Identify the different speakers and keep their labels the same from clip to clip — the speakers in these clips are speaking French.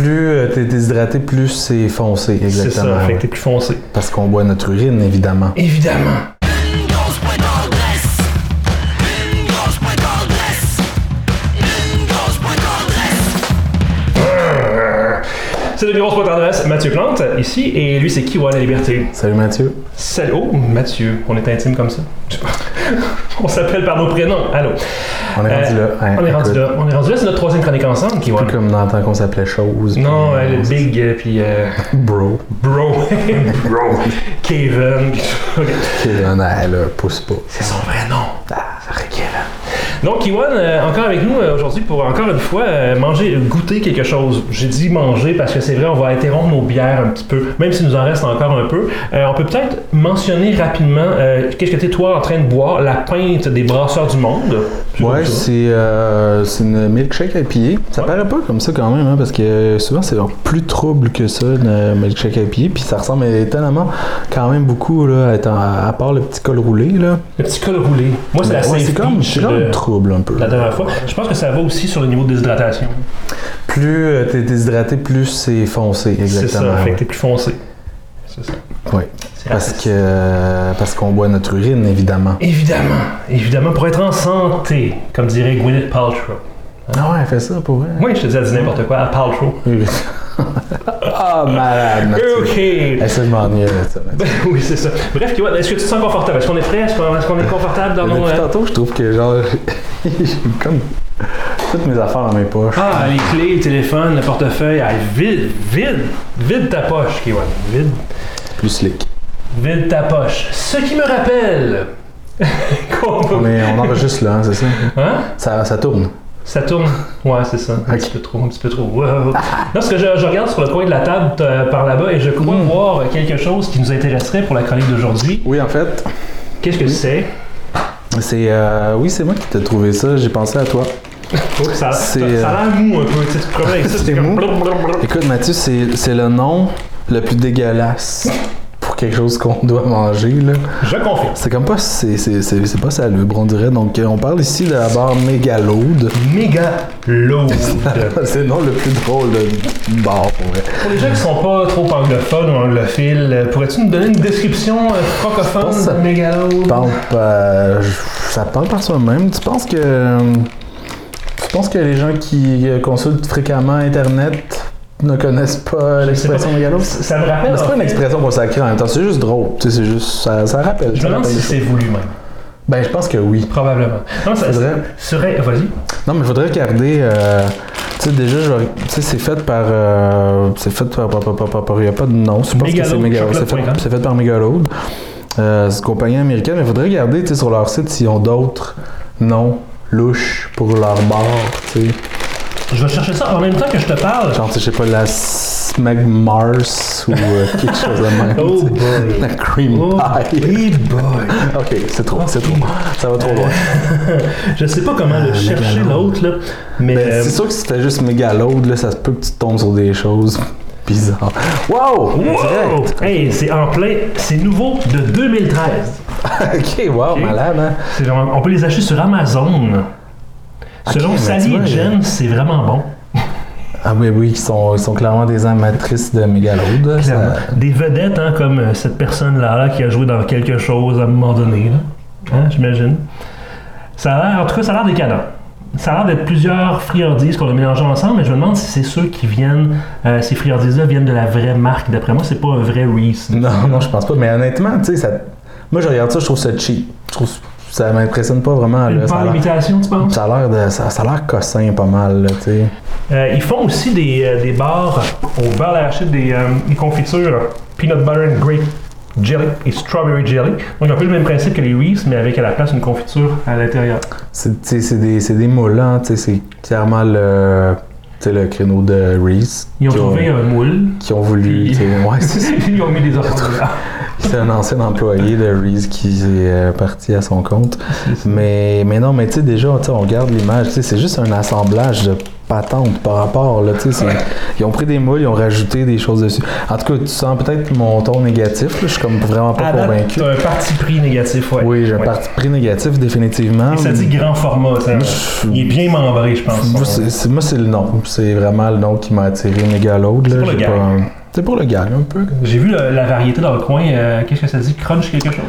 Speaker 1: Plus tu es déshydraté, plus c'est foncé,
Speaker 2: C'est
Speaker 1: exactement.
Speaker 2: ça, fait
Speaker 1: ouais.
Speaker 2: que t'es plus foncé.
Speaker 1: Parce qu'on boit notre urine, évidemment.
Speaker 2: Évidemment.
Speaker 3: Une grosse boîte en dresse. Une grosse boîte en dresse. Une grosse boîte en dresse.
Speaker 2: C'est le numéro 3 d'adresse, Mathieu Plante, ici, et lui, c'est Kiwa La Liberté.
Speaker 1: Salut Mathieu.
Speaker 2: Salut. Oh, Mathieu, on est intime comme ça. on s'appelle par nos prénoms. Allô.
Speaker 1: On est
Speaker 2: Euh,
Speaker 1: rendu là. Hein,
Speaker 2: on est rendu
Speaker 1: écoute,
Speaker 2: là. On est rendu là, c'est notre troisième chronique ensemble, Kiwa.
Speaker 1: Plus comme dans le temps qu'on s'appelait chose.
Speaker 2: Non,
Speaker 1: puis-
Speaker 2: euh, le Big, euh, puis euh,
Speaker 1: Bro.
Speaker 2: Bro. bro. Kevin. Ok.
Speaker 1: Kevin, elle, là, pousse pas.
Speaker 2: C'est son vrai nom.
Speaker 1: Ah.
Speaker 2: Donc, Iwan, euh, encore avec nous euh, aujourd'hui pour encore une fois euh, manger, goûter quelque chose. J'ai dit manger parce que c'est vrai, on va interrompre nos bières un petit peu, même s'il nous en reste encore un peu. Euh, on peut peut-être mentionner rapidement euh, qu'est-ce que tu es toi en train de boire, la pinte des brasseurs du monde. Tu
Speaker 1: Ouais,
Speaker 2: goûtes ça?
Speaker 1: c'est euh, c'est une milkshake IPA. Ça paraît pas comme ça quand même, hein, parce que euh, souvent c'est genre plus trouble que ça, une euh, milkshake IPA. Puis ça ressemble étonnamment quand même beaucoup, là, à, être en- à part le petit col roulé. là.
Speaker 2: Le petit col roulé. Moi, c'est la
Speaker 1: Ouais,
Speaker 2: Safe
Speaker 1: c'est comme,
Speaker 2: Peach
Speaker 1: c'est comme
Speaker 2: de-
Speaker 1: trouble un peu.
Speaker 2: la dernière fois. Je pense que ça va aussi sur le niveau de déshydratation.
Speaker 1: Plus euh, t'es déshydraté, plus c'est foncé,
Speaker 2: C'est
Speaker 1: exactement.
Speaker 2: ça, fait
Speaker 1: ouais.
Speaker 2: que t'es plus foncé. C'est ça.
Speaker 1: Oui.
Speaker 2: C'est
Speaker 1: Parce
Speaker 2: raciste.
Speaker 1: que euh, parce qu'on boit notre urine, évidemment.
Speaker 2: Évidemment, évidemment, pour être en santé, comme dirait Gwyneth Paltrow.
Speaker 1: Ah ouais, elle fait ça pour vrai.
Speaker 2: Oui, je te dis, elle dit n'importe quoi, à Paltrow.
Speaker 1: Ah, malade, Mathieu.
Speaker 2: Ok.
Speaker 1: Elle se m'ennuyait là, ça, Mathieu.
Speaker 2: oui, c'est ça. Bref, Kiwan, est-ce que tu te sens confortable? Est-ce qu'on est frais? Est-ce qu'on est, qu'on est confortable dans nos...
Speaker 1: Depuis
Speaker 2: euh,
Speaker 1: tantôt, je trouve que genre, j'ai comme toutes mes affaires dans mes poches.
Speaker 2: Ah, les clés, le téléphone, le portefeuille. Ah, vide, vide, vide ta poche, Kiwan. Vide,
Speaker 1: Plus slick.
Speaker 2: vide ta poche. Ce qui me rappelle... qu'on peut-
Speaker 1: On, est, on enregistre là, hein, c'est ça?
Speaker 2: Hein?
Speaker 1: ça? Ça tourne.
Speaker 2: Ça tourne. Ouais, c'est ça. Un
Speaker 1: Ok.
Speaker 2: petit peu trop, un petit peu trop. Wow. Non, parce que je, je regarde sur le coin de la table euh, par là-bas et je crois
Speaker 1: Mm.
Speaker 2: voir quelque chose qui nous intéresserait pour la chronique d'aujourd'hui.
Speaker 1: Oui, en fait,
Speaker 2: Qu'est-ce que c'est?
Speaker 1: c'est. euh, oui, c'est moi qui t'ai trouvé ça, j'ai pensé à toi.
Speaker 2: Oh, ça, ça,
Speaker 1: C'est, euh,
Speaker 2: ça a l'air mou un peu. Tu sais, tu te promènes avec ça,
Speaker 1: C'est
Speaker 2: c'est comme...
Speaker 1: mou.
Speaker 2: blub, blub, blub.
Speaker 1: Écoute, Mathieu, c'est c'est le nom le plus dégueulasse pour quelque chose qu'on doit manger, là.
Speaker 2: Je confirme.
Speaker 1: C'est comme pas. C'est c'est- c'est- c'est pas salubre, on dirait. Donc, euh, on parle ici de la barre Mégalode.
Speaker 2: Méga load.
Speaker 1: c'est le nom le plus drôle de bar, pour vrai.
Speaker 2: Pour les gens qui sont pas trop anglophones ou anglophiles, euh, pourrais-tu nous donner une description euh, francophone
Speaker 1: Je pense que ça
Speaker 2: de méga load?
Speaker 1: parle pas- je- euh, ça parle par soi-même. Tu penses que tu penses que les gens qui euh, consultent fréquemment Internet ne connaissent pas l'expression mégalo?
Speaker 2: Ça ça me
Speaker 1: Mais
Speaker 2: rappelle.
Speaker 1: C'est
Speaker 2: en
Speaker 1: pas une
Speaker 2: fait-
Speaker 1: expression consacrée en même temps, c'est juste drôle. Tu sais, c'est juste, ça, ça rappelle.
Speaker 2: Je
Speaker 1: ça
Speaker 2: me demande
Speaker 1: rappelle
Speaker 2: si
Speaker 1: des
Speaker 2: c'est
Speaker 1: choses.
Speaker 2: voulu même.
Speaker 1: Ben, je pense que oui.
Speaker 2: Probablement. Non, ça
Speaker 1: Faudrait-
Speaker 2: serait. Vas-y.
Speaker 1: Non, mais il faudrait regarder. euh, tu sais, déjà, je vais- tu sais, c'est fait par. euh, c'est fait par. par- par- par- par- par- Il n'y a pas de nom. Je pense que c'est
Speaker 2: Megalode,
Speaker 1: Megalode. C'est
Speaker 2: chocolat.com.
Speaker 1: fait, c'est fait par Megalode. Euh, c'est une compagnie américaine. Mais il faudrait regarder tu sais, sur leur site s'ils ont d'autres noms louches pour leur bar. tu sais.
Speaker 2: Je vais chercher ça en même temps que je te parle.
Speaker 1: Genre, tu sais, je sais pas, la Smeg Mars ou euh, quelque chose de même.
Speaker 2: Oh
Speaker 1: tu sais.
Speaker 2: boy.
Speaker 1: La cream
Speaker 2: Oh
Speaker 1: pie.
Speaker 2: hey boy.
Speaker 1: ok, c'est trop, c'est trop.
Speaker 2: Ok.
Speaker 1: Ça va trop loin.
Speaker 2: Je sais pas comment le
Speaker 1: Ah,
Speaker 2: chercher
Speaker 1: Megalode.
Speaker 2: l'autre là, mais
Speaker 1: Ben,
Speaker 2: euh,
Speaker 1: c'est sûr que si c'était juste mégalode, là, ça se peut que tu tombes sur des choses bizarres. Wow!
Speaker 2: Wow!
Speaker 1: Direct!
Speaker 2: Hey, c'est en plein, c'est nouveau de 2013.
Speaker 1: ok, wow,
Speaker 2: Ok.
Speaker 1: malade, hein?
Speaker 2: C'est vraiment- on peut les acheter sur Amazon. Selon
Speaker 1: ben, tu
Speaker 2: Sally
Speaker 1: vois,
Speaker 2: et
Speaker 1: il y a-
Speaker 2: Jen, c'est vraiment bon.
Speaker 1: Ah oui, oui, ils sont, ils sont clairement des amatrices de mégalode.
Speaker 2: Clairement.
Speaker 1: ça-
Speaker 2: Des vedettes hein, comme euh, cette personne-là là, qui a joué dans quelque chose à un moment donné. là. Hein, J'imagine. Ça a l'air, en tout cas, ça a l'air décadent. Ça a l'air d'être plusieurs friandises qu'on a mélangées ensemble, mais je me demande si c'est ceux qui viennent, euh, ces friandises-là viennent de la vraie marque. D'après moi, c'est pas un vrai Reese.
Speaker 1: Non, non, je pense pas. Mais honnêtement, tu sais, ça... moi, je regarde ça, je trouve ça cheap. Je trouve ça m'impressionne pas vraiment.
Speaker 2: Une
Speaker 1: Là. Ça a
Speaker 2: pâle
Speaker 1: l'air-
Speaker 2: imitation, tu penses?
Speaker 1: ça a l'air de... ça, ça a l'air cossin pas mal, là, tu sais.
Speaker 2: Euh, ils font aussi des, euh, des bars au beurre d'arachide, des, euh, des confitures peanut butter and grape jelly et strawberry jelly. Donc un peu le même principe que les Reese, mais avec à la place une confiture à l'intérieur.
Speaker 1: C'est, tu sais, c'est des, c'est des moules, hein, tu sais, c'est clairement le, tu sais, le créneau de Reese.
Speaker 2: Ils ont
Speaker 1: qui
Speaker 2: trouvé un moule.
Speaker 1: qui ont voulu.
Speaker 2: Puis-
Speaker 1: tu sais, Ouais, c'est ça.
Speaker 2: Ils ont mis des enfants dedans.
Speaker 1: C'est un ancien employé de Reese qui est euh, parti à son compte. Mais, mais non, mais tu sais, déjà, tu sais, on regarde l'image, tu sais, c'est juste un assemblage de patente par rapport. Là, tu sais, c'est- Ils ont pris des moules, ils ont rajouté des choses dessus. En tout cas, tu sens peut-être mon ton négatif. là, je suis comme vraiment pas
Speaker 2: À date,
Speaker 1: convaincu.
Speaker 2: Ah, t'as un parti pris négatif, ouais.
Speaker 1: Oui, j'ai un
Speaker 2: Ouais.
Speaker 1: parti pris négatif définitivement.
Speaker 2: Et ça dit grand format, ça.
Speaker 1: je-
Speaker 2: Il est bien membré, je pense.
Speaker 1: Moi, c'est- c'est- moi, c'est le nom. C'est vraiment le nom qui m'a attiré méga à l'autre. là.
Speaker 2: pour le
Speaker 1: J'ai
Speaker 2: gag.
Speaker 1: pas- C'est pour le gag, un peu.
Speaker 2: J'ai vu la, la variété dans le coin. euh, Qu'est-ce que ça dit? Crunch quelque chose?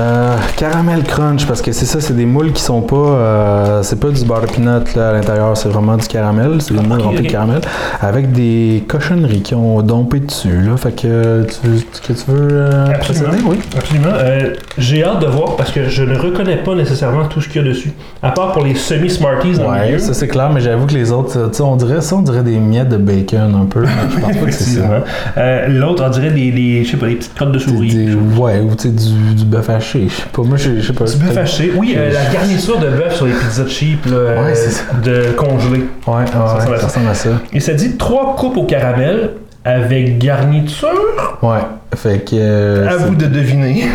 Speaker 1: Euh, caramel crunch, parce que c'est ça, c'est des moules qui sont pas. euh, c'est pas du butter peanut là, à l'intérieur, c'est vraiment du caramel. C'est des moules
Speaker 2: ok,
Speaker 1: remplis
Speaker 2: ok.
Speaker 1: de caramel avec des cochonneries qui ont dompé dessus. Là, fait que euh, tu, que tu veux euh,
Speaker 2: Absolument.
Speaker 1: procéder, oui.
Speaker 2: Absolument. Euh, J'ai hâte de voir parce que je ne reconnais pas nécessairement tout ce qu'il y a dessus. À part pour les semi-smarties en
Speaker 1: Ouais,
Speaker 2: milieu.
Speaker 1: ça c'est clair, mais j'avoue que les autres, euh, tu sais, on dirait ça, on dirait des miettes de bacon un peu. mais Je pense pas que c'est ça.
Speaker 2: Effectivement. Euh, L'autre, on dirait des, des, je sais pas, des petites crottes de
Speaker 1: Des-
Speaker 2: souris.
Speaker 1: des- ouais, ou tu sais, du, du bœuf haché. Je sais pas, moi je je sais pas.
Speaker 2: Du bœuf haché. Oui, euh, la garniture de bœuf sur les pizzas cheap, là, euh,
Speaker 1: Ouais, c'est ça.
Speaker 2: de congelé.
Speaker 1: Ouais, ouais, ça,
Speaker 2: ressemble à ça.
Speaker 1: ressemble à ça.
Speaker 2: Et ça dit trois coupes au caramel avec garniture.
Speaker 1: Ouais, fait que. euh,
Speaker 2: À
Speaker 1: c'est-
Speaker 2: vous de deviner.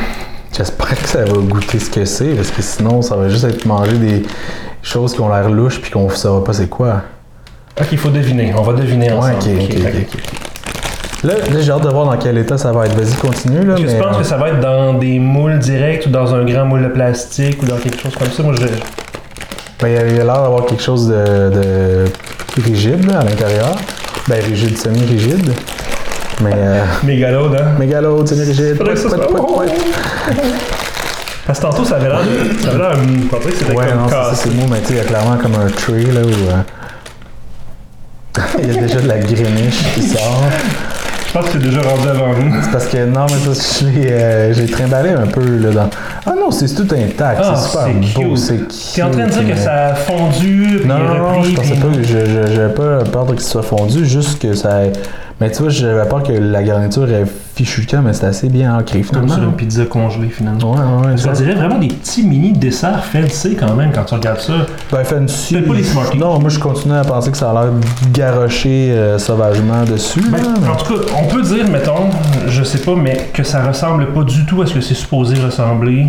Speaker 1: J'espère que ça va goûter ce que c'est, parce que sinon, ça va juste être manger des choses qui ont l'air louches puis qu'on ne saura pas c'est quoi.
Speaker 2: Ok, il faut deviner. On va deviner
Speaker 1: Ouais,
Speaker 2: ensemble.
Speaker 1: ok, ok,
Speaker 2: Ok,
Speaker 1: ok.
Speaker 2: ok.
Speaker 1: ok. Là, là, j'ai hâte de voir dans quel état ça va être. Vas-y, continue, là.
Speaker 2: Est-ce que
Speaker 1: mais,
Speaker 2: tu penses que ça va être dans des moules directs ou dans un grand moule de plastique ou dans quelque chose comme ça? Moi, je...
Speaker 1: Ben, il y a- il y a l'air d'avoir quelque chose de, de rigide là, à l'intérieur. Ben, rigide, semi-rigide. Mais, euh,
Speaker 2: Mégalode, hein?
Speaker 1: mégalo, semi-rigide.
Speaker 2: Faudrait que ça soit- Oh, Parce que tantôt, ça avait l'air... Ça avait l'air... hum, on dirait que c'était
Speaker 1: Ouais,
Speaker 2: comme
Speaker 1: non, c'est ça,
Speaker 2: cassé.
Speaker 1: c'est mou, mais tu sais, il y a clairement comme un tree, là, où. euh, Il y a déjà de la gréniche qui sort.
Speaker 2: Je pense que c'est déjà rendu avant nous.
Speaker 1: C'est parce que non, mais ça, je l'ai, euh, je l'ai trimballé un peu là dans. Ah non, c'est tout intact,
Speaker 2: Ah,
Speaker 1: c'est super
Speaker 2: c'est
Speaker 1: beau,
Speaker 2: cute.
Speaker 1: c'est cute.
Speaker 2: T'es en train de dire
Speaker 1: mais-
Speaker 2: que ça a fondu, puis
Speaker 1: Non,
Speaker 2: il a
Speaker 1: non, non,
Speaker 2: repris,
Speaker 1: je pensais
Speaker 2: puis-
Speaker 1: pas que je- je- j'avais pas peur qu'il soit fondu, juste que ça. ait- Mais tu vois, j'avais peur que la garniture est fichue de camp, mais c'est assez bien ancré
Speaker 2: Comme
Speaker 1: finalement.
Speaker 2: sur une pizza congelée, finalement.
Speaker 1: Ouais, ouais, ouais.
Speaker 2: Ça
Speaker 1: ça-
Speaker 2: dirait vraiment des petits mini desserts fancy quand même quand tu regardes ça.
Speaker 1: Ben, fancy.
Speaker 2: Fais pas les Smarties.
Speaker 1: Non, moi je continue à penser que ça a l'air garoché euh, sauvagement dessus.
Speaker 2: Ben,
Speaker 1: là,
Speaker 2: en tout cas, on peut dire, mettons, je sais pas, mais que ça ressemble pas du tout à ce que c'est supposé ressembler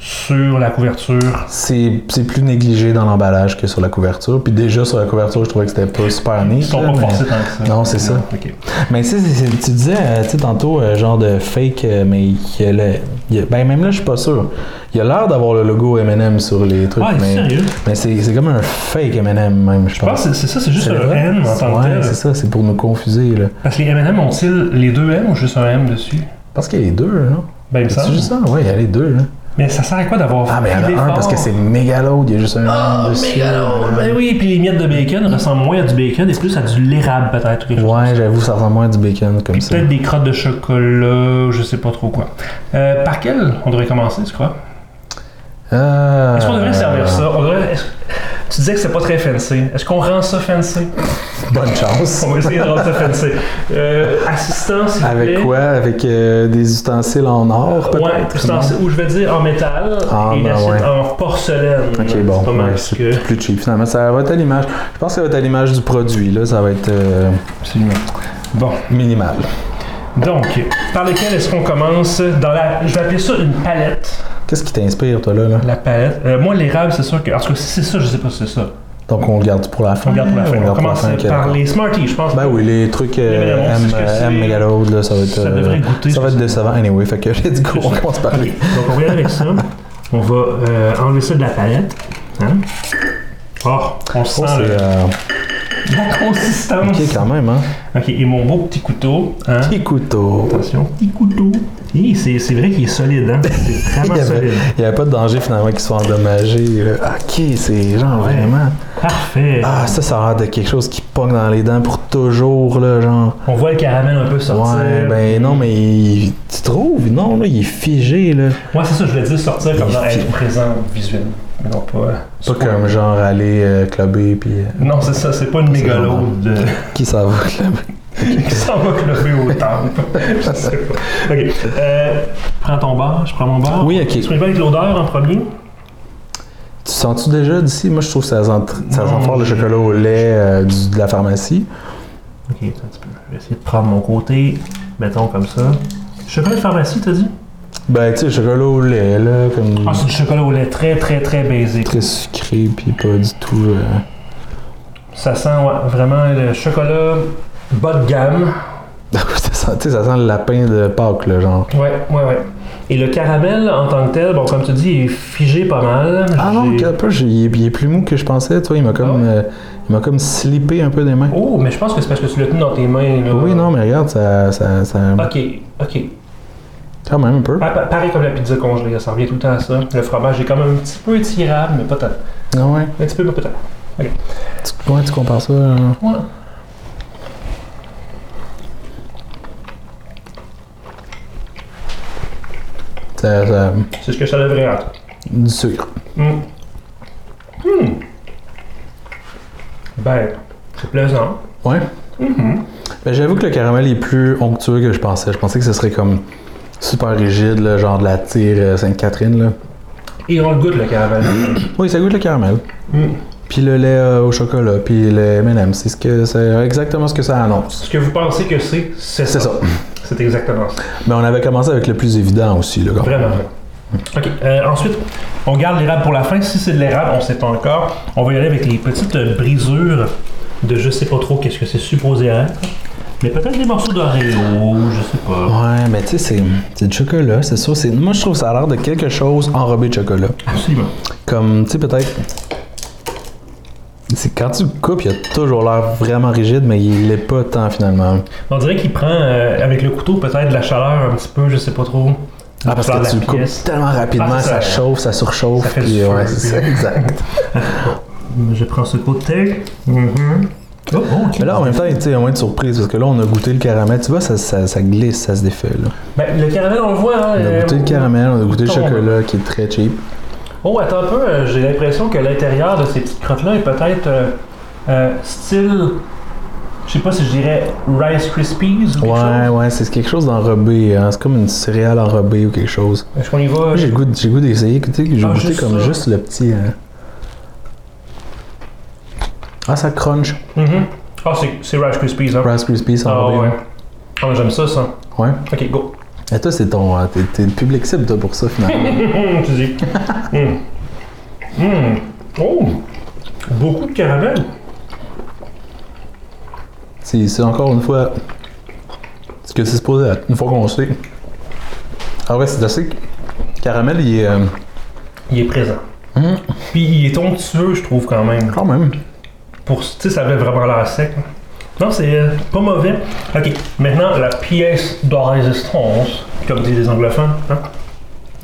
Speaker 2: sur la couverture.
Speaker 1: C'est c'est plus négligé dans l'emballage que sur la couverture. Puis déjà sur la couverture, je trouvais que c'était pas super
Speaker 2: Ils
Speaker 1: neat.
Speaker 2: sont
Speaker 1: là,
Speaker 2: pas
Speaker 1: mais-
Speaker 2: forcés tant que ça.
Speaker 1: Non, c'est ça.
Speaker 2: Ok.
Speaker 1: Mais tu sais, c'est- c'est- tu disais euh, tu sais, tantôt, euh, genre de fake, euh, mais il y a le- il y a- ben même là, je suis pas sûr. Il a l'air d'avoir le logo M&M sur les trucs,
Speaker 2: Ouais,
Speaker 1: mais,
Speaker 2: Ah, sérieux.
Speaker 1: mais c'est c'est comme un fake M&M même, je
Speaker 2: Je pense
Speaker 1: pense.
Speaker 2: que c'est- c'est ça, c'est juste
Speaker 1: C'est
Speaker 2: un
Speaker 1: vrai?
Speaker 2: M en tant que
Speaker 1: Ouais,
Speaker 2: tel.
Speaker 1: c'est ça, c'est pour nous confuser. Là.
Speaker 2: Parce que les M&M ont-ils les deux M ou juste un M dessus?
Speaker 1: Parce qu'il y a les deux, là.
Speaker 2: Ben, il me
Speaker 1: C'est
Speaker 2: semble.
Speaker 1: juste ça, ouais, il y a les deux. Là.
Speaker 2: Mais ça sert à quoi d'avoir
Speaker 1: Ah, mais il y en
Speaker 2: pris
Speaker 1: a un
Speaker 2: l'effort? Ah,
Speaker 1: parce que c'est méga l'autre, il y a juste un
Speaker 2: Oh,
Speaker 1: nom dessus.
Speaker 2: Ben oui, puis les miettes de bacon ressemblent moins à du bacon et plus à du l'érable peut-être. ou quelque chose.
Speaker 1: Ouais, j'avoue, ça ressemble moins à du bacon comme
Speaker 2: Puis
Speaker 1: ça.
Speaker 2: peut-être des crottes de chocolat, je sais pas trop quoi. Euh, par quel on devrait commencer, tu crois?
Speaker 1: Ah.
Speaker 2: Est-ce qu'on devrait servir ça? On devrait- est-ce- Tu disais que c'est pas très fancy. Est-ce qu'on rend ça fancy?
Speaker 1: Bonne chance.
Speaker 2: On va essayer de rendre ça fancy. Euh, assistant, s'il vous
Speaker 1: Avec
Speaker 2: plaît.
Speaker 1: quoi Avec euh, des ustensiles en or, peut-être
Speaker 2: Ouais, tout
Speaker 1: non?
Speaker 2: ça, ou je vais dire en métal
Speaker 1: Ah,
Speaker 2: et une
Speaker 1: ben
Speaker 2: assiette
Speaker 1: ouais.
Speaker 2: en porcelaine.
Speaker 1: Ok, bon,
Speaker 2: C'est pas mal
Speaker 1: ouais, c'est
Speaker 2: ce que-
Speaker 1: plus cheap finalement. Ça va être à l'image. Je pense que ça va être à l'image du produit, là. Ça va être euh,
Speaker 2: Absolument. Bon,
Speaker 1: minimal.
Speaker 2: donc, par lequel est-ce qu'on commence? Dans la, je vais appeler ça une palette.
Speaker 1: Qu'est-ce qui t'inspire, toi, là, là?
Speaker 2: La palette. Euh, moi, l'érable, c'est sûr que. En tout cas, si c'est ça, je sais pas si c'est ça.
Speaker 1: Donc, on le garde pour la fin.
Speaker 2: On regarde pour la fin.
Speaker 1: le
Speaker 2: On,
Speaker 1: garde pour la
Speaker 2: commence
Speaker 1: fin, ok,
Speaker 2: par
Speaker 1: d'accord.
Speaker 2: les Smarties, je pense.
Speaker 1: Ben oui, les trucs
Speaker 2: Les
Speaker 1: euh,
Speaker 2: Mégalode, c'est
Speaker 1: M,
Speaker 2: ce que
Speaker 1: euh, M
Speaker 2: c'est.
Speaker 1: Mégalode, là, ça va être. euh,
Speaker 2: Ça devrait goûter,
Speaker 1: Ça va
Speaker 2: c'est
Speaker 1: être
Speaker 2: ça.
Speaker 1: décevant, anyway. Fait que, du coup, on commence par les.
Speaker 2: Donc, on vient avec ça. On va euh, enlever ça de la palette. Hein? Oh, on sent
Speaker 1: Oh, c'est.
Speaker 2: le-
Speaker 1: euh,
Speaker 2: la consistance.
Speaker 1: Ok, quand même, hein.
Speaker 2: Ok, et mon beau petit couteau. Hein?
Speaker 1: Petit couteau.
Speaker 2: Attention, petit couteau. Hi, c'est c'est vrai qu'il est solide, hein? C'est
Speaker 1: Il
Speaker 2: vraiment
Speaker 1: n'y avait,
Speaker 2: solide.
Speaker 1: il y avait pas de danger finalement qu'ils soient endommagés. là. Ok, c'est genre
Speaker 2: Ouais.
Speaker 1: vraiment.
Speaker 2: Parfait.
Speaker 1: Ah, ça, ça a l'air de quelque chose qui pogne dans les dents pour toujours, là, genre.
Speaker 2: On voit le caramel un peu sortir.
Speaker 1: Ouais, ben non, mais il- tu trouves? Non, là, il est figé, là.
Speaker 2: Ouais, c'est ça, je voulais dire sortir comme
Speaker 1: Il
Speaker 2: dans
Speaker 1: fit.
Speaker 2: être présent visuellement. Mais non, pas.
Speaker 1: Pas comme genre aller euh, clubber, puis euh,
Speaker 2: Non, c'est ça, c'est pas une mégalode de-
Speaker 1: qui s'en va clubber?
Speaker 2: qui s'en va cloper au temple. je sais pas. Ok. euh, prends ton bar, je prends mon bar.
Speaker 1: Oui, ok.
Speaker 2: Est-ce qu'on y va avec l'odeur en premier?
Speaker 1: Tu sens-tu déjà d'ici? Moi, je trouve que ça sent, tr- ça
Speaker 2: Non,
Speaker 1: sent fort le
Speaker 2: je-
Speaker 1: chocolat au lait euh, du- de la pharmacie.
Speaker 2: Ok, attends un petit peu. Je vais essayer de prendre mon côté, mettons comme ça. Chocolat de pharmacie, t'as dit?
Speaker 1: Ben, tu sais, le chocolat au lait, là, comme
Speaker 2: Ah, c'est du chocolat au lait très, très, très basique.
Speaker 1: très sucré, puis pas du tout. euh,
Speaker 2: Ça sent ouais, vraiment le chocolat bas de gamme.
Speaker 1: ça, sent, tu sais, ça sent le lapin de Pâques, là, genre.
Speaker 2: Ouais, ouais, ouais. Et le caramel en tant que tel, bon, comme tu dis, est figé pas mal.
Speaker 1: Ah non,
Speaker 2: J'ai-
Speaker 1: un peu, j'ai- il est- il est plus mou que je pensais, tu vois, il m'a comme,
Speaker 2: Ah
Speaker 1: euh, il m'a comme slippé un peu des mains.
Speaker 2: Oh, mais je pense que c'est parce que tu l'as tenu dans tes mains. Là.
Speaker 1: Oui, non, mais regarde, ça, ça, ça-
Speaker 2: Ok, ok.
Speaker 1: quand même un peu.
Speaker 2: Pa- pa- Pareil comme la pizza congelée, ça revient tout le temps à ça. Le fromage est quand même un petit peu étirable, mais pas tant.
Speaker 1: Ah ouais,
Speaker 2: Un petit peu, mais pas tant.
Speaker 1: tu, ouais, tu compares ça. euh,
Speaker 2: Ouais.
Speaker 1: ça- ça-
Speaker 2: C'est ce que ça devrait être.
Speaker 1: du sucre.
Speaker 2: Hum. Hum. Ben, c'est plaisant.
Speaker 1: Ouais.
Speaker 2: Mm-hmm.
Speaker 1: Ben, J'avoue que le caramel est plus onctueux que je pensais. Je pensais que ce serait comme super rigide, là, genre de la tire euh, Sainte-Catherine. là.
Speaker 2: Et on le goûte, le caramel.
Speaker 1: Oui, ça goûte le caramel.
Speaker 2: Mm.
Speaker 1: Puis le lait euh, au chocolat, puis le M&M, c'est ce que c'est exactement ce que ça annonce.
Speaker 2: ce que vous pensez que c'est, c'est
Speaker 1: C'est
Speaker 2: ça.
Speaker 1: ça.
Speaker 2: C'est exactement ça.
Speaker 1: Mais Ben, on avait commencé avec le plus évident aussi, là. quand même.
Speaker 2: Vraiment. OK. euh, ensuite, on garde l'érable pour la fin. Si c'est de l'érable, on ne sait pas encore. On va y aller avec les petites euh, brisures de je sais pas trop qu'est-ce que c'est supposé être. Mais peut-être des morceaux d'Oreo, je sais pas.
Speaker 1: Ouais, mais tu sais, c'est- c'est du chocolat, c'est sûr. c'est- Moi, je trouve que ça a l'air de quelque chose enrobé de chocolat.
Speaker 2: Absolument.
Speaker 1: Comme, tu sais, peut-être. C'est quand tu le coupes, il a toujours l'air vraiment rigide, mais il l'est pas tant finalement.
Speaker 2: On dirait qu'il prend euh, avec le couteau peut-être de la chaleur un petit peu, je sais pas trop.
Speaker 1: Ah, parce
Speaker 2: Dans la
Speaker 1: que tu le coupes
Speaker 2: pièce.
Speaker 1: tellement rapidement,
Speaker 2: Ah, c'est
Speaker 1: ça,
Speaker 2: ça.
Speaker 1: chauffe, ça surchauffe.
Speaker 2: Ça fait
Speaker 1: puis,
Speaker 2: du feu,
Speaker 1: ouais, c'est ça,
Speaker 2: puis-
Speaker 1: exact.
Speaker 2: Je prends ce côté. Mhm. Oh, oh, ok.
Speaker 1: Mais là, en même temps, tu sais, au moins de surprise, parce que là, on a goûté le caramel. Tu vois, ça, ça, ça glisse, ça se défait. Là.
Speaker 2: Ben, le caramel, on le voit. hein,
Speaker 1: On a
Speaker 2: euh,
Speaker 1: goûté le caramel, on a goûté le
Speaker 2: tombe.
Speaker 1: chocolat qui est très cheap.
Speaker 2: Oh, attends un peu, euh, j'ai l'impression que l'intérieur de ces petites crottes-là est peut-être euh, euh, style. Je sais pas si je dirais Rice Krispies ou quelque
Speaker 1: Ouais,
Speaker 2: chose.
Speaker 1: ouais, c'est quelque chose d'enrobé. hein. C'est comme une céréale enrobée ou quelque chose.
Speaker 2: Est-ce qu'on y va?
Speaker 1: Moi, j'ai le goût, j'ai le goût d'essayer. Tu sais, que j'ai
Speaker 2: Ah,
Speaker 1: goûté
Speaker 2: juste
Speaker 1: comme
Speaker 2: ça.
Speaker 1: juste le petit. hein. Ah, ça crunch.
Speaker 2: Mhm. Ah, c'est- c'est Rice Krispies, hein?
Speaker 1: Rice Krispies
Speaker 2: Ah,
Speaker 1: enrobé.
Speaker 2: ouais. Ah, mais j'aime ça, ça.
Speaker 1: ouais.
Speaker 2: Ok, go.
Speaker 1: Et toi, c'est ton. euh, T'es, t'es le public cible, toi, pour ça, finalement.
Speaker 2: Hum, tu dis. Hum. Hum. Oh! Beaucoup de caramel.
Speaker 1: c'est, c'est encore une fois. Ce que c'est supposé être. Une fois qu'on sait. Ah ouais, c'est assez. Caramel, il est. euh,
Speaker 2: Il est présent.
Speaker 1: Hum.
Speaker 2: Puis il est onctueux, je trouve, quand même.
Speaker 1: quand même.
Speaker 2: Pour, tu sais, ça avait vraiment l'air sec. Non, c'est euh, pas mauvais. Ok, maintenant la pièce de résistance, comme disent les anglophones. Hein?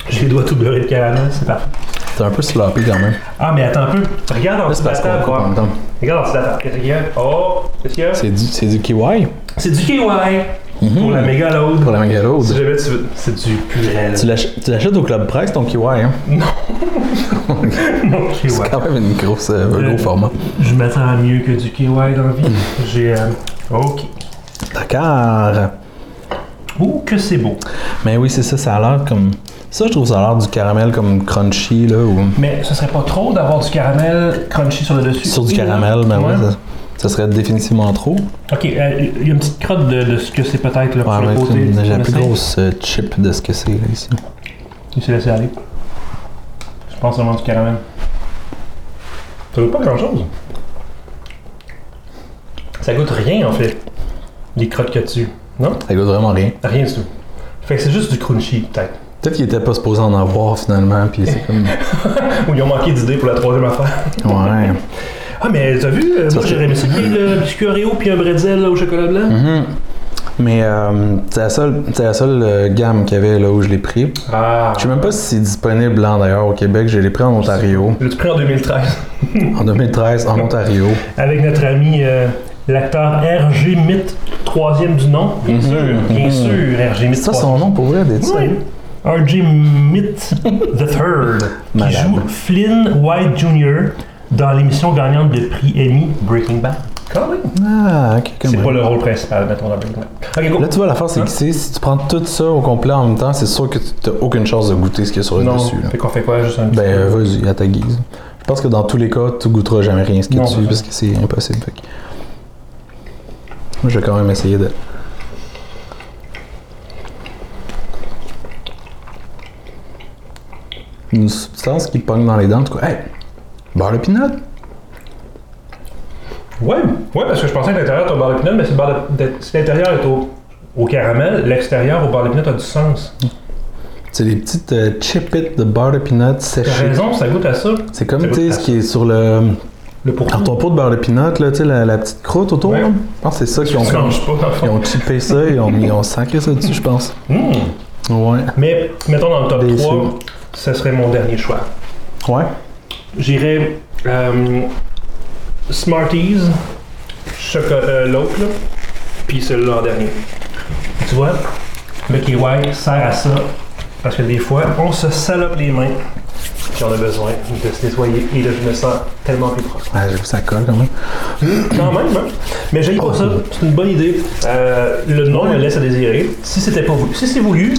Speaker 2: J'ai les doigts tout beurrés de caramel, c'est parfait.
Speaker 1: C'est un peu sloppy quand même.
Speaker 2: Ah, mais attends un peu. Regarde en
Speaker 1: Là,
Speaker 2: dessous
Speaker 1: Ah, c'est
Speaker 2: de la
Speaker 1: parce qu'on
Speaker 2: table.
Speaker 1: coupe en
Speaker 2: quoi.
Speaker 1: même temps.
Speaker 2: Regarde en dessous de la table. Qu'est-ce qu'il y a Oh, qu'est-ce qu'il y a
Speaker 1: C'est du, c'est du kiwi Mhm.
Speaker 2: C'est du kiwi pour la méga
Speaker 1: pour la mégalode.
Speaker 2: Si jamais tu veux. C'est du purel.
Speaker 1: Tu l'ach- tu l'achètes au Club Presse, ton kiwi, hein?
Speaker 2: Mon kiwi.
Speaker 1: C'est quand même une grosse, euh, un
Speaker 2: Euh,
Speaker 1: gros format.
Speaker 2: Je m'attends à mieux que du kiwi dans la vie. J'ai. euh, Ok.
Speaker 1: D'accord.
Speaker 2: Oh, que c'est beau.
Speaker 1: Mais oui, c'est ça, ça a l'air comme. Ça, je trouve ça a l'air du caramel comme crunchy, là, ou.
Speaker 2: Mais ce serait pas trop d'avoir du caramel crunchy sur le dessus.
Speaker 1: Sur du caramel, mais ouais, ça, ça serait définitivement trop.
Speaker 2: Ok, euh, il y a une petite crotte de, de ce que c'est peut-être
Speaker 1: Ouais,
Speaker 2: là, sur le
Speaker 1: mais c'est
Speaker 2: côté.
Speaker 1: une-
Speaker 2: Tu
Speaker 1: j'ai la plus
Speaker 2: l'essayes?
Speaker 1: grosse euh, chip de ce que c'est, là, ici.
Speaker 2: Il s'est laissé aller. Je pense vraiment du caramel. Ça goûte pas grand-chose. Ça goûte rien en fait. Les crottes que tu. Non?
Speaker 1: Ça goûte vraiment rien.
Speaker 2: Rien du tout. Fait que c'est juste du crunchy peut-être.
Speaker 1: Peut-être qu'il était pas supposé en avoir, finalement, puis c'est comme.
Speaker 2: Ou ils ont manqué d'idées pour la troisième affaire.
Speaker 1: Ouais.
Speaker 2: Ah mais t'as vu? euh,
Speaker 1: Ça,
Speaker 2: Moi
Speaker 1: c'est-
Speaker 2: j'aurais aimé ça qu'il y ait le euh, biscuit Oreo puis un bretzel là, au chocolat blanc.
Speaker 1: Mhm. Mais euh, c'est la seule, c'est la seule euh, gamme qu'il y avait là où je l'ai pris.
Speaker 2: Ah.
Speaker 1: Je sais même pas si c'est disponible hein, d'ailleurs au Québec. Je l'ai pris en Ontario,
Speaker 2: L'as-tu pris en 2013?
Speaker 1: en 2013 en Ontario.
Speaker 2: avec notre ami euh, l'acteur R.G. Mitt, troisième du nom. Bien
Speaker 1: Mhm.
Speaker 2: sûr, bien
Speaker 1: Mhm.
Speaker 2: sûr, R.G. Mitt.
Speaker 1: C'est ça son nom pour vrai, d'être
Speaker 2: Oui. R.G. Mitt the Third, qui
Speaker 1: Malade.
Speaker 2: joue Flynn White Jr. dans l'émission gagnante de prix Emmy Breaking Bad. Quand même.
Speaker 1: Ah, ok, quand
Speaker 2: C'est
Speaker 1: même.
Speaker 2: pas le rôle principal, mettons, dans Breaking Bad. Ok, go.
Speaker 1: Là, tu vois, l'affaire,
Speaker 2: Hein?
Speaker 1: c'est que c'est- si tu prends tout ça au complet en même temps, c'est sûr que tu n'as aucune chance de goûter ce qu'il y a sur le
Speaker 2: non,
Speaker 1: dessus. là.
Speaker 2: fait qu'on fait quoi? Juste un petit
Speaker 1: Ben, euh, vas-y, à ta guise. Je pense que dans tous les cas, tu goûteras jamais rien ce qu'il y a
Speaker 2: Non,
Speaker 1: dessus
Speaker 2: c'est
Speaker 1: parce que c'est impossible. fait que- Moi, je vais quand même essayer de. Une substance qui pogne dans les dents, en tout cas. Hey! Beurre de peanut!
Speaker 2: Ouais, ouais, parce que je pensais que l'intérieur était au beurre de pinot, mais si le beurre de- de- si l'intérieur est au, au caramel, l'extérieur au beurre de pinot a du sens.
Speaker 1: C'est des petites euh, chip-it de beurre de peanut
Speaker 2: T'as
Speaker 1: séchées.
Speaker 2: raison, ça goûte à ça.
Speaker 1: C'est comme,
Speaker 2: Ça
Speaker 1: tu
Speaker 2: goûte
Speaker 1: sais,
Speaker 2: à
Speaker 1: ce
Speaker 2: ça.
Speaker 1: qui est sur le. euh,
Speaker 2: Le pourquoi.
Speaker 1: Dans ton pot de beurre de peanut, là, tu sais, la, la petite croûte autour,
Speaker 2: Ouais.
Speaker 1: là. Je pense que c'est ça qu'ils ont.
Speaker 2: Tu manges pas, dans le fond.
Speaker 1: Ils ont chippé ça, ils ont, ils ont sacré ça dessus, je pense.
Speaker 2: Hmm.
Speaker 1: Ouais.
Speaker 2: Mais mettons dans le top
Speaker 1: Déçu.
Speaker 2: 3, ce serait mon dernier choix.
Speaker 1: Ouais.
Speaker 2: J'irais euh, Smarties, choco- euh, l'autre, là, puis celui-là en dernier. Tu vois, le KY sert à ça, parce que des fois, on se salope les mains, puis on a besoin de se nettoyer, et là, je me sens tellement plus propre.
Speaker 1: Ah, j'avoue, ça colle quand même.
Speaker 2: Quand même, hein? Mais j'ai pas ça, c'est une bonne idée. Euh, le nom me laisse à désirer. Si c'était pas voulu, si c'est voulu,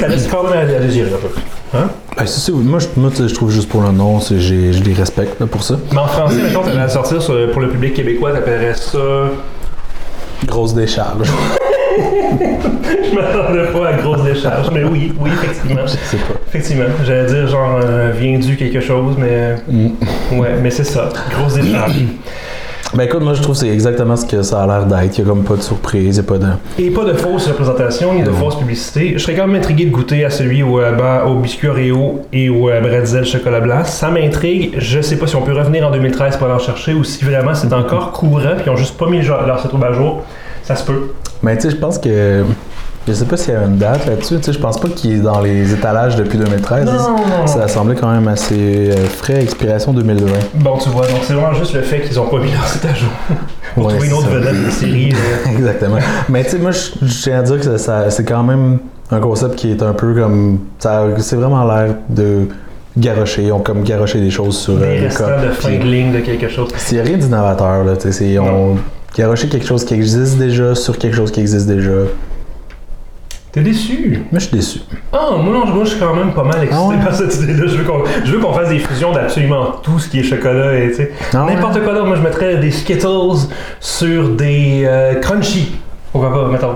Speaker 2: ça laisse quand même à, à désirer un peu. Hein?
Speaker 1: Ben, c'est- c'est- moi, je, moi, tu sais, je trouve juste pour le nom, c'est- j'ai- je les respecte là, pour ça.
Speaker 2: Mais en français, mettons, t'allais la sortir sur- pour le public québécois, t'appellerais ça.
Speaker 1: Grosse décharge.
Speaker 2: Je m'attendais pas à grosse décharge, mais oui, oui, effectivement.
Speaker 1: je sais pas.
Speaker 2: Effectivement, j'allais dire genre euh, viens du quelque chose, mais
Speaker 1: Mm.
Speaker 2: ouais, mais c'est ça, grosse décharge.
Speaker 1: Ben écoute, moi, je trouve que c'est exactement ce que ça a l'air d'être. Il y a comme pas de surprise, il y a pas de.
Speaker 2: Et pas de fausses représentations, ni de fausses publicités. Je serais quand même intrigué de goûter à celui au, euh, ba- au biscuit Oreo et au euh, bretzel chocolat blanc. Ça m'intrigue. Je sais pas si on peut revenir en 2013 pour aller en chercher ou si vraiment c'est encore courant puis ils ont juste pas mis le genre- leur setup à jour. Ça se peut.
Speaker 1: Mais tu sais, je pense que. Je sais pas s'il y a une date là-dessus. Tu sais, je pense pas qu'il est dans les étalages depuis 2013.
Speaker 2: non.
Speaker 1: Ah, Ça semblait quand même assez euh, frais, expiration 2020.
Speaker 2: Bon, tu vois, donc c'est vraiment juste le fait qu'ils ont pas mis leur set à jour pour
Speaker 1: Ouais,
Speaker 2: trouver une
Speaker 1: c'est
Speaker 2: autre
Speaker 1: ça.
Speaker 2: vedette de série. euh,
Speaker 1: Exactement. Mais tu sais, moi, je je tiens à dire que ça- ça- c'est quand même un concept qui est un peu comme. ça- C'est vraiment l'air de garocher. Ils ont comme garoché des choses sur
Speaker 2: des
Speaker 1: euh, le
Speaker 2: restants
Speaker 1: corps.
Speaker 2: de fin
Speaker 1: Puis,
Speaker 2: de ligne de quelque chose.
Speaker 1: C'est rien d'innovateur, là. tu sais, c'est- Ils ont garoché quelque chose qui existe déjà sur quelque chose qui existe déjà.
Speaker 2: T'es déçu?
Speaker 1: Mais je suis déçu.
Speaker 2: Ah, moi, non, moi, je suis quand même pas mal excité
Speaker 1: Ah ouais?
Speaker 2: par cette idée-là. Je veux qu'on je veux qu'on fasse des fusions d'absolument tout ce qui est chocolat et, tu sais,
Speaker 1: Ah ouais?
Speaker 2: n'importe quoi d'autre. Moi, je mettrais des Skittles sur des euh, Crunchy. Pourquoi pas, mettons.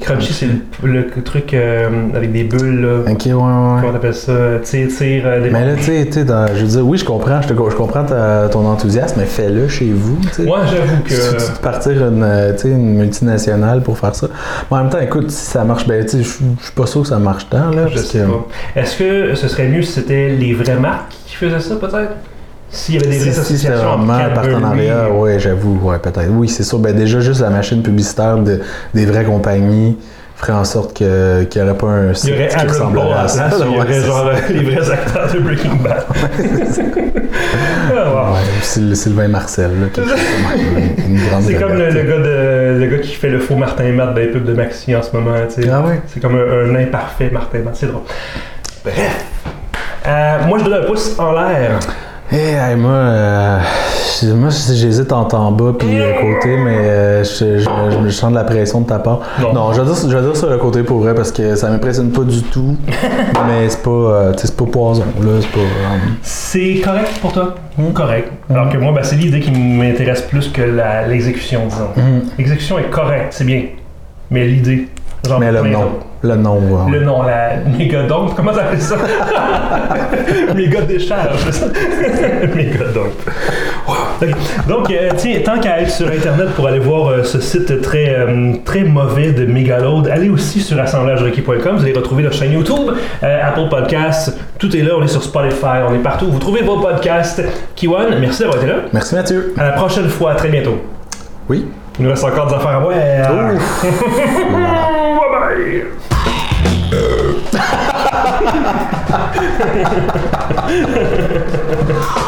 Speaker 2: Crunchy, c'est le, le truc euh, avec des bulles, là.
Speaker 1: Ok, ouais, ouais, ouais.
Speaker 2: Comment on appelle ça? Tire, tire, euh, des...
Speaker 1: Mais là, tu sais, tu sais, dans- je veux dire, oui, je comprends, je, te, je comprends ta- ton enthousiasme, mais fais-le chez vous. tu sais.
Speaker 2: Moi, j'avoue que...
Speaker 1: Si tu tu te partir une, euh, tu sais, une multinationale pour faire ça. Mais en même temps, écoute, si ça marche, ben, tu sais, je je suis pas sûr que ça marche tant, là.
Speaker 2: Je
Speaker 1: parce
Speaker 2: sais
Speaker 1: que-
Speaker 2: pas. Est-ce que ce serait mieux si c'était les vraies marques qui faisaient ça, peut-être? S'il y avait des
Speaker 1: Si,
Speaker 2: vraies
Speaker 1: si c'était
Speaker 2: associations entre
Speaker 1: vraiment un
Speaker 2: Cadbury-
Speaker 1: partenariat, ouais, j'avoue, ouais, peut-être. Oui, c'est sûr. Ben, déjà, juste la machine publicitaire de- des vraies compagnies ferait en sorte que- qu'il n'y aurait pas un
Speaker 2: Il y aurait
Speaker 1: qui
Speaker 2: Aaron
Speaker 1: ressemblerait
Speaker 2: Paul à
Speaker 1: à
Speaker 2: la
Speaker 1: ça.
Speaker 2: place,
Speaker 1: là,
Speaker 2: il y
Speaker 1: ouais,
Speaker 2: aurait
Speaker 1: c'est
Speaker 2: genre
Speaker 1: ça.
Speaker 2: euh, les vrais acteurs de Breaking Bad. Ah, wow.
Speaker 1: Ouais, Syl- Sylvain Marcel, là, quelque chose comme même, une grande
Speaker 2: C'est comme le,
Speaker 1: vedette.
Speaker 2: le gars de, le gars qui fait le faux Martin et Matt dans les pubs de Maxi en ce moment. tu sais.
Speaker 1: Ah ouais?
Speaker 2: C'est comme un, un imparfait Martin et Matt, c'est drôle. Bref. Euh, moi, je donne un pouce en l'air.
Speaker 1: Eh, hey, moi, euh, je- moi j- j'hésite entre en bas puis le côté, mais euh, je, je, je, je sens de la pression de ta part.
Speaker 2: Non.
Speaker 1: Non, je, vais dire, je vais dire sur le côté pour vrai parce que ça m'impressionne pas du tout, mais c'est pas, euh, tu sais, c'est pas poison, là, c'est pas... euh,
Speaker 2: C'est correct pour toi?
Speaker 1: Mm.
Speaker 2: Correct. Alors que moi, ben, c'est l'idée qui m'intéresse plus que la- l'exécution, disons.
Speaker 1: Mm.
Speaker 2: L'exécution est correcte, c'est bien. Mais l'idée, j'en
Speaker 1: mais
Speaker 2: peux
Speaker 1: le
Speaker 2: plein
Speaker 1: nom,
Speaker 2: d'autres.
Speaker 1: le nom, ouais.
Speaker 2: Ah, Le nom, la mégodonte, comment t'appelles ça? Mégodécharge. mégodonte. Wow. Ok. Donc, euh, tiens, tant qu'à être sur Internet pour aller voir euh, ce site très, euh, très mauvais de Megalode, allez aussi sur assemblagerequis.com. Vous allez retrouver notre chaîne YouTube, euh, Apple Podcasts. Tout est là, on est sur Spotify, on est partout. Vous trouvez vos podcasts. Kiwan, merci d'avoir été là.
Speaker 1: Merci Mathieu.
Speaker 2: À la prochaine fois, à très bientôt.
Speaker 1: Oui.
Speaker 2: Il nous reste encore des affaires à voir. bye bye!
Speaker 3: Ghost